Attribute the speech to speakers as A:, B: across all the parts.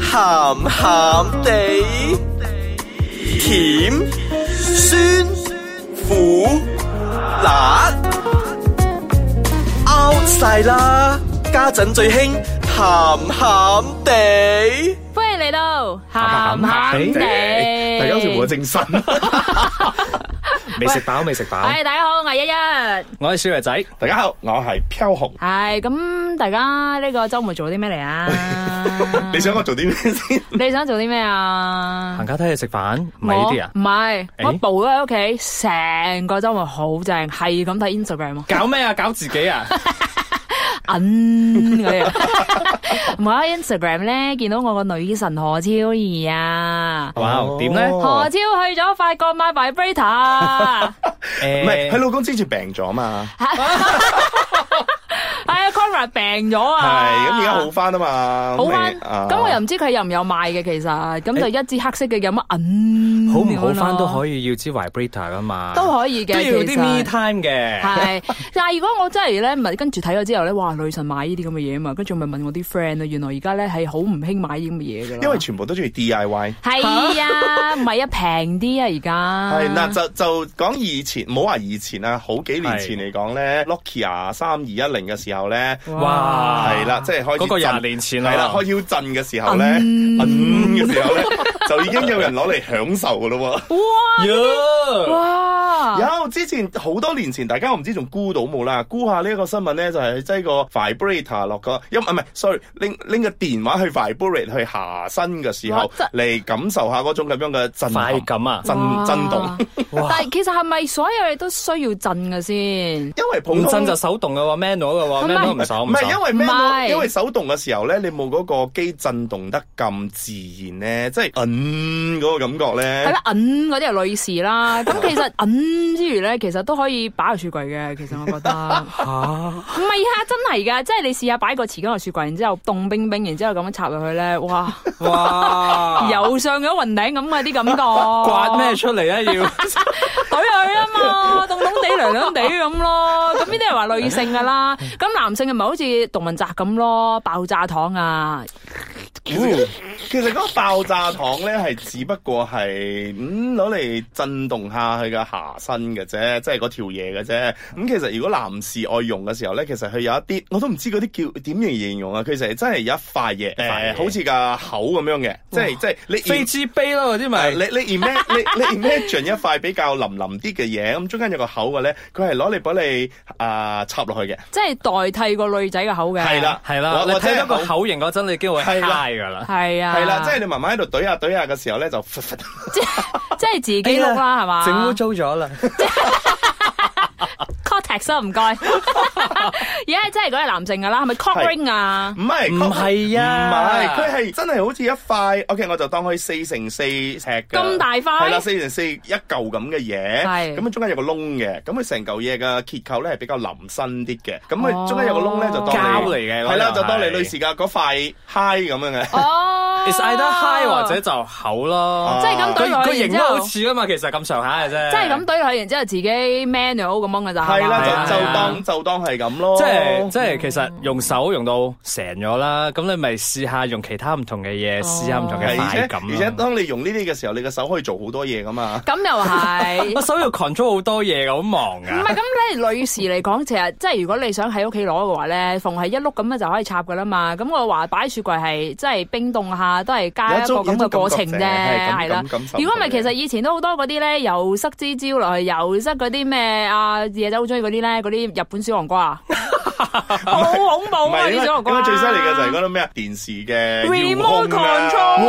A: 鹹鹹地，甜酸苦辣 out 晒啦！家陣最興鹹鹹地。
B: 歡迎嚟到
C: 啊
B: 鹹
D: 鹹
B: 鹹
D: 地
B: 地，
D: 哎大家好似冇咗精 神，未食飽，未食飽。
B: 係大家好，我係一一。
C: 哎我係小爺仔，
D: 大家好，我係飄紅。？
B: 係咁，大家呢個周末做啲咩嚟 啊
D: 你想我做啲咩先？
B: 你想做啲咩啊？
C: 行街睇嘢食飯，唔
B: 我
C: 係呢啲啊？
B: 唔係，
C: 誒
B: 我部都喺屋企，成個周末好正，係咁睇 Instagram 啊，
C: 搞咩啊？搞自 己啊？
B: 銀嗰啲啊。 唔係喺 Instagram 咧，見到我個女神何超儀啊，
C: 哇
D: 哦，
C: 點咧？
B: 何超去咗法國買 vibrator。
D: 唔
C: 誒
D: 係，佢老公之前病咗嘛，係
B: 係啊 c o r a 病咗啊，
D: 咁而家好。翻啊嘛。
B: 好翻，
D: 咪啊
B: 咁我又唔知佢有唔有賣嘅，其實咁就一支黑色嘅有乜銀，
C: 好唔好翻都
B: 以，
C: 可以要支 vibrator 噶嘛？
B: 都可以嘅，
C: 都要有啲 me
B: 其實
C: time 嘅。
B: 係，但係如果我真係咧，唔係跟住睇咗之後咧，哇！女神買呢啲咁嘅嘢啊嘛，跟住咪問我啲 friend 啊，原來而家咧係好唔興買呢啲咁嘅嘢噶啦。
D: 因為全部都中意 D I Y。
B: 係啊，唔係啊，平啲啊而
D: 係
B: 家。
D: 嗱，就就講以前，唔好話以前啊，好幾年前嚟講咧，Nokia 三二一零嘅時候咧，
C: 哇
D: 係啦，即係開始
C: 嗰個廿
D: 震
C: 年前啦
B: 啊
D: 係啦，開腰震嘅時候咧，嗯嘅 時候咧，就已經有人攞嚟享受噶咯喎。
C: 喲
B: 哇！
D: 有之前好多年前，大家我唔知仲估到冇啦，估下呢一個新聞咧，就係擠個 vibrator 落個，因唔係唔係，sorry，拎拎個電話去 vibrate 去下身嘅時候
B: 哇真，
D: 嚟感受下嗰種咁樣嘅震撼
C: 快感啊！
D: 震
B: 哇
D: 震動，
C: 哇
B: 但係其實係咪所有嘢都需要震嘅先？
D: 因為普
C: 唔震
D: 通
C: 就手動嘅喎，manual 嘅
B: 唔
C: 喎
B: 係
C: ，manual 唔爽
D: 唔係因
C: 為
D: 為
B: 唔
D: 咩
B: 係？
D: 因為手動嘅時候咧，你冇嗰個機震動得咁自然咧，即係嗯嗰個感覺
B: 係
D: 咧
B: 啦，。銀嗰啲係女士啦。咁其實嗯銀之餘咧，其實都可以擺喺雪櫃嘅。其實我覺得唔
C: 嚇
B: 係啊，真係噶，即係你試下擺個匙羹落雪櫃，然之後凍冰冰，然之後咁樣插入去咧，哇，
C: 哇！
B: 又上咗雲頂咁嗰啊啲感覺。
C: 啊刮咩？出嚟咧？要
B: 懟佢啊嘛，凍凍地、涼涼地咁咯。咁呢啲係話女性噶啦，咁男性係咪好似杜汶澤咁咯？爆炸糖啊，
D: 其
C: 嗯
D: 實其實嗰個爆炸糖咧係只不過係嗯攞嚟震動下佢嘅下身嘅啫，即係嗰條嘢嘅啫。咁、其實如果男士愛用嘅時候咧，其實佢有一啲我都唔知嗰啲叫點樣形容啊。佢其實真係有一塊嘢，誒、
C: 塊嘢
D: 好似個口咁樣嘅，即係即係你
C: 飛機杯咯，嗰啲咪
D: 你你 imagine 你你 imagine 一塊比較腍腍啲嘅嘢，咁中間有個口嘅咧，佢係攞嚟俾你啊插落去嘅，
B: 即係代替個女仔嘅口嘅。
D: 係啦，
C: 係啦。
D: 我
C: 你
D: 我真
C: 睇
D: 係
C: 到個
D: 好
C: 口型嗰陣，你已經會
D: 係
C: high
D: 啦
C: 㗎啦。
B: 係啊，
D: 係啦，即係你慢慢喺度懟下懟下嘅時候咧，就係
B: 即即係自己碌啦，係嘛？
C: 哎整污糟咗啦。
B: Cortex 啊，唔該。而家真係嗰係男性噶啦，係咪 cock
D: 係
B: ring 啊？
D: 唔係
C: 唔係啊
D: 唔係佢係真係好似一塊，OK，我就當佢四乘四尺嘅
B: 咁大塊
D: 係啦，四乘四一嚿咁嘅嘢，
B: 係
D: 咁啊中間有個窿嘅，咁佢成嚿嘢嘅結構咧係比較腍身啲嘅，咁
B: 哦
D: 佢中間有個窿咧就當
C: 膠
D: 你
C: 嚟嘅嗰
D: 係啦，
C: 個
D: 就當你
C: 係
D: 女士嘅嗰塊 high 咁樣嘅。
B: 哦
C: It's either high 或者就口咯
D: 啊。
B: 即係 咁
C: 佢
B: 懟落
C: 佢
B: 去，
C: 型
B: 然
C: 都
B: 之
C: 好
B: 後
C: 似噶嘛，其實咁上下嘅啫。
B: 即係咁，懟落去，然之後自己 manual 咁樣嘅咋？
D: 係
C: 係啊
D: 啦，就
C: 係
D: 就
C: 啊
D: 當就當係咁咯。
C: 即係即係，其實用手用到成咗啦，咁你咪試下用其他唔同嘅嘢，試下唔同
D: 係
C: 嘅
D: 而且
C: 快感
D: 而且
C: 咯。
D: 當你用呢啲嘅時候，你嘅手可以做好多嘢噶嘛。
B: 咁又係
C: 我。手要 control 好多嘢㗎，好忙
B: 唔
C: 噶
B: 係。咁咧，女士嚟講，其實即係如果你想喺屋企攞嘅話咧，逢係一碌咁樣就可以插噶啦嘛。咁我話擺雪櫃係即係冰凍下，都係加一個咁嘅過程啫，係啦。如果唔係，其實以前都好多嗰啲咧，又塞支蕉落去，又塞嗰啲咩啊野仔好中意嗰啲咧，嗰啲日本小黃瓜 啊，好恐怖
D: 唔
B: 啊！
D: 係，因
B: 啲
D: 為
B: 小黃瓜
D: 因為最犀利嘅就係嗰種咩啊，電視嘅
B: remote
D: 遙控啊
B: control 啊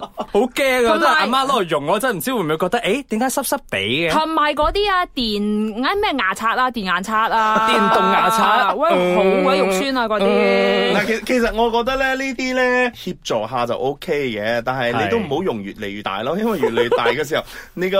C: 哇，好驚啊！
B: 同埋
C: 真係阿媽攞嚟用，我真係唔知會唔會覺得，誒點解濕濕地嘅？
B: 同埋嗰啲啊電眼咩牙刷啊，電眼刷啊，
C: 電動牙刷
B: 喂
D: 嗯
B: 好鬼肉酸啊嗰啲。
D: 嗱，其其實我覺得咧，呢啲咧協助下就 O K 嘅，但係
C: 係
D: 你都唔好用越嚟越大咯，因為越嚟越大嘅 時候，你個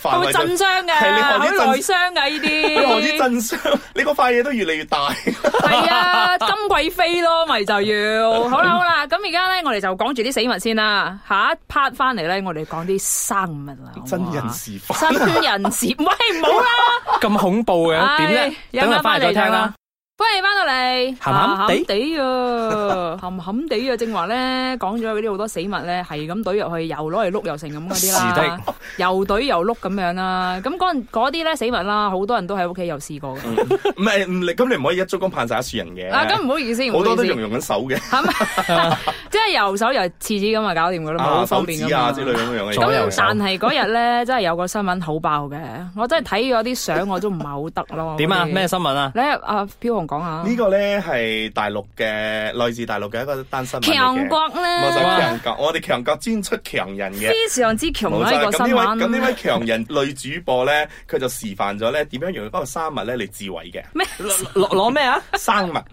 B: 佢
D: 範
B: 會
D: 圍
B: 震
D: 就
B: 傷嘅，
D: 係你何
B: 佢
D: 止
B: 內
D: 震
B: 傷嘅呢
D: 你何止
B: 啲，
D: 震傷，你嗰塊嘢都越嚟越大。
B: 係啊，金貴妃咯，咪就要。好啦好啦，咁而家咧，我哋就講住啲死物先啦。下一 part 翻嚟咧，我哋講啲生物啦。好唔好啊
D: 真人示範。
B: 真人事，喂唔好啦，
C: 咁恐怖嘅，點
B: 唉
C: 咧？
B: 有
C: 等我
B: 啱返
C: 翻嚟再
B: 嚟
C: 聽
B: 就
C: 啦
B: 啦。欢迎翻到嚟，
C: 鹹鹹
B: 地啊，咸咸地啊，正话咧讲咗嗰啲好多死物咧，系咁怼入去，又攞嚟碌又成咁嗰啲
C: 是
B: 啦
C: 的，
B: 又怼又碌咁样啦。咁嗰陣嗰啲咧死物啦，好多人都喺屋企有试过嘅。
D: 唔係唔你咁你唔可以一足咁盼晒一樹人嘅。
B: 啊，咁唔好意思，唔
D: 好
B: 好
D: 多
B: 意
D: 都
B: 思
D: 用，用緊手嘅，
B: 係咪即系右手又係廁紙咁啊，搞掂噶啦嘛，
D: 啊
B: 好
D: 手
B: 方便
D: 指
B: 噶嘛
D: 啊。之類咁樣嘅。
C: 左右
B: 咁
C: 手
B: 但係嗰日咧，真係有個新聞好爆嘅，我真係睇咗啲相，我都唔係好得咯。
C: 點啊？
B: 嗰啲
C: 咩？新聞啊？
B: 你阿飄紅講下
D: 呢。個咧係大陸嘅，來自大陸嘅一個單新聞嚟
B: 強啊
D: 嘅。
B: 國
D: 冇錯，
B: 咧，
D: 強國，我哋強國專出強人嘅。
B: 非常之強
D: 冇
B: 啦呢
D: 錯
B: 個
D: 咁
B: 新
D: 呢位咁呢
B: 聞。
D: 位強人女主播咧，佢就示範咗咧點樣用嗰個生物咧嚟自毀 嘅
B: 咩？
C: 攞攞咩啊
D: 生物。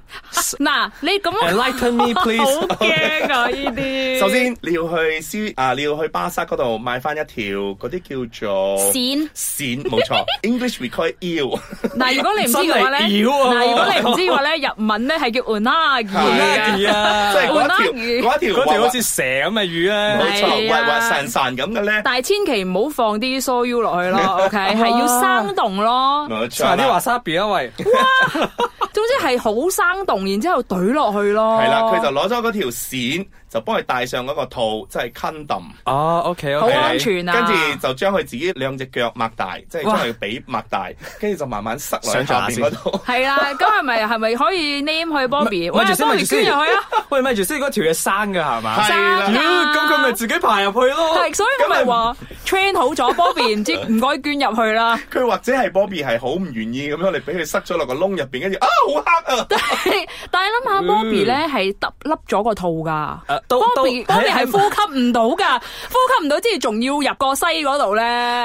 B: 嗱，你咁我
C: ？Enlighten me
B: 好
C: please。
B: 驚啊！呢啲
D: 首先你要去斯啊，你要去巴沙嗰度買翻一條嗰啲叫做
B: 線
D: 線，冇 錯，English we call it eel。
B: 嗱，如果你唔知嘅話
C: 真係
B: 咧，
C: 妖啊
B: 嗱，如果你唔知嘅話咧，日文咧係叫 unagi 嘅。
C: 係啊
D: 即係嗰條
B: 鰻魚
D: 嗰條
C: 嗰條好
D: 滑
C: 似蛇咁嘅魚
D: 冇
C: 咧，
D: 錯，
B: 係啊
D: 滑滑潺潺咁嘅咧，
B: 但係千祈唔好放啲酥 U 落去 咯，OK，係要生動咯。
D: 冇錯
C: 搽啲
D: 啦。
C: wasabi 啊喂，
B: 總之係好生動，然之後懟落去咯。
D: 係啦，
C: 哦
D: 佢就攞咗嗰條線，就幫佢戴上嗰個套，即係 condom。
C: 哦，OK，
B: 好安全啊
D: 跟住就將佢自己兩隻腳擘大，即係將佢髀擘大，跟住就慢慢塞落去
C: 想
D: 下
C: 像下
D: 邊
C: 先
D: 嗰度。
B: 係啦，咁係咪係咪可以 name 去 Bobby？喂
C: 咪住先，咪
B: ，Bobby
C: 住先
B: 捐入去啊！！
C: 喂，咪住先，嗰條嘢生嘅係嘛？
D: 係啦
C: 妖
B: 生啊
C: 咁佢咪自己爬入去咯？
B: 係，所以我咪話 train 好咗，Bobby 唔 知唔該捐入去啦。
D: 佢或者係 Bobby 係好唔願意咁樣，你俾佢塞咗落個窿入邊，跟住啊好黑啊！
B: 但係諗下 Bobby 咧係耷凹咗個肚㗎。
C: 誒都都
B: Bobby
C: 喺
B: Bobby 係
C: 喺
B: 呼吸唔到㗎，呼吸唔到之餘仲要入個西嗰度
C: 個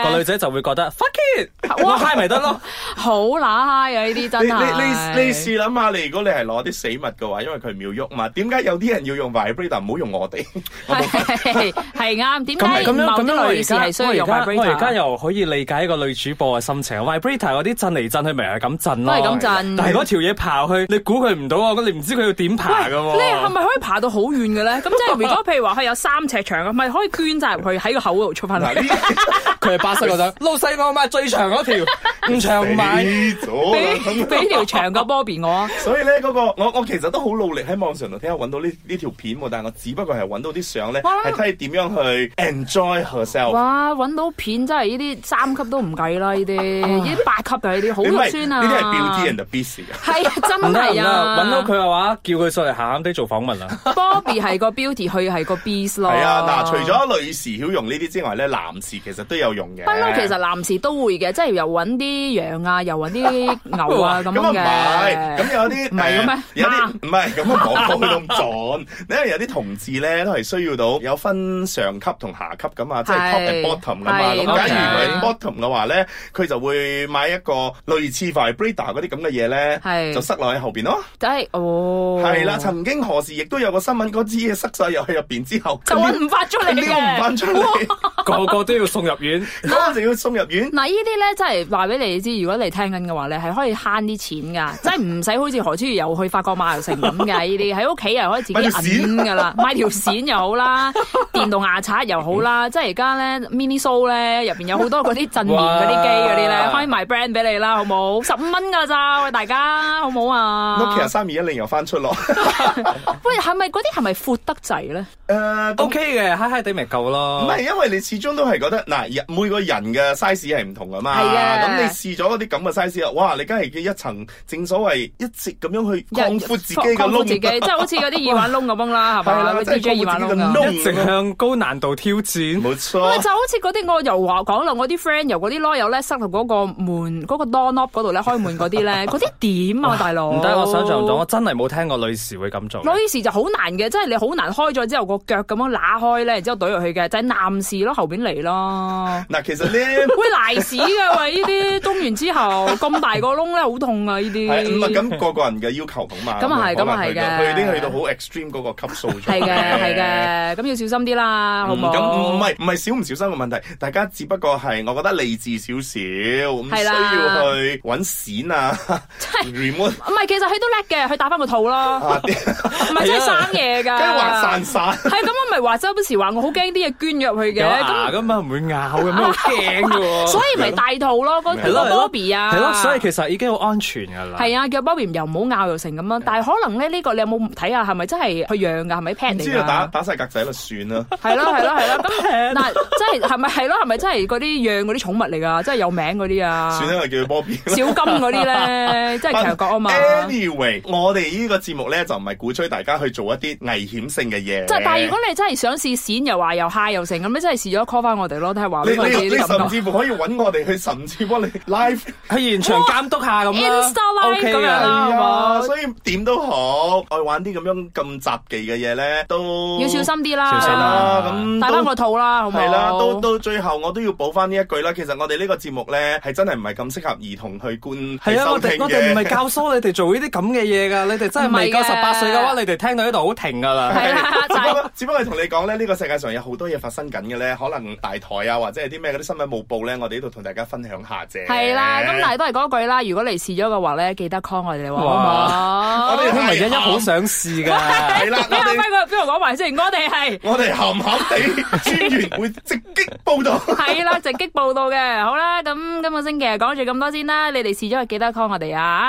C: 女
B: 咧，
C: 仔就會覺得 fuck it，我 high 咪得咯。
B: 好乸嗨啊！呢啲真
D: 你你你 你
B: 係。
D: 試諗下，你如果你係攞啲死物嘅話，因為佢秒喐嘛，點解有啲人要用 vibrator 唔好用我哋？
B: 係係啱，點
C: 咁
B: 解
C: 咁樣
B: 某
C: 咁樣，
B: 啲女
C: 我而
B: 士
C: 家
B: 係需要用
C: 我而家我而家
B: vibrator？
C: 又可以理解一個女主播嘅心情。vibrator 嗰啲震嚟震去，咪係咁震咯，
B: 都係咁震
C: 但係嗰條嘢爬去，你估佢唔到啊！你唔知佢要點爬㗎
B: 你係
C: 喎。
B: 咪可以爬到好遠嘅咧？咁即係如 果譬如話佢有三尺長嘅，咪可以捐晒入去喺個口嗰度出 翻
D: 嗱
B: 嚟。
D: 呢。
C: 佢係巴西嗰陣，老細我買最長嗰條，唔長唔買。
D: 死咗
B: 俾
D: 啦！
C: 啊
B: 俾條長嘅 Bobby 我啊，
D: 所以咧，嗰個我我其實都好努力喺網上度睇下揾到呢呢條片喎，但係我只不過係揾到啲相咧，
B: 哇
D: 係睇點樣去 enjoy herself。
B: 哇！揾到片真係呢啲三級都唔計啦，呢啲呢啲八級就係呢啲
D: 啊你
B: 好肉酸啊！
D: 呢啲係 beauty and the beast 嚟嘅。
B: 係啊，真
C: 唔得唔
B: 係
C: 得，
B: 啊！
C: 揾到佢嘅話，叫佢上嚟鹹鹹地做訪問啦。
B: Bobby 係個 beauty，佢係個 beast 咯。
D: 係啊，嗱，除咗女士曉用呢啲之外咧，男士其實都有用嘅。
B: 不嬲，其實男士都會嘅，即係又揾啲羊啊，又揾啲 牛啊咁
D: 咁
B: 樣
D: 啊唔係，
B: 嘅。
D: 咁有啲
B: 唔係嘅咩
D: 誒有啲
B: 啊
D: 唔係咁啊冇冇咁準， 因為有啲同志咧都係需要到有分上級同下級噶嘛，即係
B: 係
D: top and bottom 噶嘛。
B: 係
D: 咁假如佢係
B: OK
D: bottom 嘅話咧，佢就會買一個類似 vibrator 嗰啲咁嘅嘢咧，
B: 係
D: 就塞落喺後邊咯。
B: 即係哦，
D: 係啦，曾經何時亦都有個新聞，嗰支嘢塞晒入去入邊之後，
B: 就揾唔翻出嚟
D: 佢撩唔
B: 嘅。
D: 翻出嚟，
C: 個個都要送入院。
D: 嗰陣時要送入院。
B: 嗱，呢啲咧真係話俾你知，如果你聽緊嘅話咧，係可以慳啲錢㗎， 即係唔使好似何超儀又去法國馬來城咁嘅。呢啲喺屋企又可以自
D: 買條
B: 己
D: 線
B: 銀㗎啦，買條線又好 啦，電動牙刷又好啦，即係而家咧 mini show 咧入邊有好多嗰啲震面嗰啲機嗰啲咧，
C: 哇
B: 可以賣 brand 俾你啦，好冇？十五蚊㗎咋，喂大家好冇啊？
D: Nokia 三二一零又翻 出落，
B: 喂，係咪嗰啲係咪闊得滯咧？
D: 誒
C: O K 嘅，嗨嗨地咪夠咯。
D: 唔係，因為你始終都係覺得嗱，人每個人嘅 size 係唔同噶嘛。
B: 係嘅
D: 咁你試咗嗰啲咁嘅 size 啊，哇！你梗係嘅一層，正所謂一直咁樣去擴闊自己嘅
B: 擴闊自己，即
D: 窿。
B: 係好似嗰啲耳環窿咁樣啦，係咪
D: 係啦
B: 嗰啲
D: 即係
B: DJ
D: 擴闊
B: 耳環
D: 自己嘅
B: 窿
D: 窿
B: 咁。
C: 一直向高難度挑戰。
D: 冇
B: 喂，
D: 錯，
B: 就好似嗰啲我又話講啦，我啲 friend 由嗰啲啰柚咧塞入嗰個門嗰、個 door knob 嗰度咧開門嗰 啲咧，嗰啲點啊，大佬？
C: 唔得，我想象唔到，我真係冇聽過女士會咁做。
B: 女士就好難嘅，即係你好難開咗之後個腳咁樣揦開咧，然之後懟入去嘅，就係、男士咯，後邊嚟咯。
D: 嗱，其實咧。
B: 會賴屎嘅喂，呢啲中完之後咁大個窿咧，好痛啊！呢
D: 係唔係
B: 啲
D: 咁個個人嘅要求同嘛？
B: 咁啊係
D: 可能
B: 咁啊係
D: 去到
B: 嘅
D: 佢已經去到好 extreme 嗰個級數咗。
B: 係嘅係。 嘅，咁要小心啲啦，好
D: 嗯
B: 唔好？
D: 咁唔係唔係小唔小心嘅問題，大家只不過係我覺得理智少少，唔需
B: 係啦
D: 要去揾閃啊 remote
B: 唔係，其實佢都叻嘅，佢打翻個套咯，
D: 啊，啲
B: 唔係真係生嘢㗎。
D: 跟住滑散散。
B: 係咁，我咪話周不時話我好驚啲嘢捐入去嘅，
C: 有牙啊
B: 咁
C: 噶嘛，唔會咬嘅咩？好驚嘅喎。
B: 所以咪大肚咯，嗰嗰
D: 係
B: 譬如
C: 係咯
B: 個
C: 係咯
B: Bobby 啊，
C: 系咯，所以其實已經好安全㗎啦。
B: 係啊，叫 Bobby 又唔好拗又成咁樣。但係可能咧呢個你有冇睇啊下係咪真係佢養㗎？係咪 pet
D: 唔
B: 嚟
C: 啊
D: 知道打
B: 㗎？
D: 打晒格仔咪算啦。
B: 係咯係咯係咯，咁嗱，即係係咪係咯係咪真係嗰啲養嗰啲寵物嚟㗎？即係有名嗰啲啊，
D: 算啦，我叫佢 Bobby
B: 小
D: 啦。
B: 金嗰啲 咧，即係強角啊嘛。
D: Anyway，我哋呢個節目咧就唔係鼓吹大家去做一啲危險性嘅嘢。
B: 即係但係如果你真係想試閃又話又 high 又成咁，你真係試咗 call 翻我哋咯，都係話
D: 你
B: 俾我
D: 你
B: 哋
D: 你
B: 啲
D: 甚
B: 感覺。
D: 至乎可以揾我哋去，甚至幫你 live
C: 喺現場監督下咁啦
B: Insta live
C: ，OK
B: 咁樣
C: 㗎
B: 啦
D: 係
B: 好冇
D: 所以點都好，愛玩啲咁樣咁雜技嘅嘢咧，都
B: 要小心啲啦，
C: 小心啦
D: 啊！咁
B: 戴
D: 都
B: 翻個套啦，好唔好？
D: 係啦，到到最後我都要補翻呢一句啦。其實我哋呢個節目咧係真係唔係咁適合兒童去觀去
C: 係啊，
D: 收
C: 我
D: 聽
C: 哋我哋唔係
D: 嘅。
C: 教唆你哋做呢啲咁嘅嘢㗎，你哋真係未夠
B: 唔係啊
C: 十
B: 嘅
C: 八歲啊嘅話，你哋聽到呢度好停㗎啦。
B: 係 啦，就
D: 只不
B: 係
D: 過只不過係同你講咧，呢、個世界上有好多嘢發生緊嘅咧，可能大台啊或者係啲咩嗰啲新聞冇報咧，我哋呢度同大家分享下啫。
B: 係啦。咁但係都係嗰句啦，如果你試咗嘅話咧，記得 call 我哋喎，好唔
D: 我
B: 好？
D: 哋
C: 我咪一一好想試㗎。
D: 係啦，我
B: 啱 啱
D: 哋
B: 佢邊度講埋先？我哋係。
D: 我哋鹹鹹地專員會直擊報導。
B: 係啦，直擊報道嘅，好啦，咁今個星期就講住咁多先啦，你哋試咗就記得 call 我哋啊。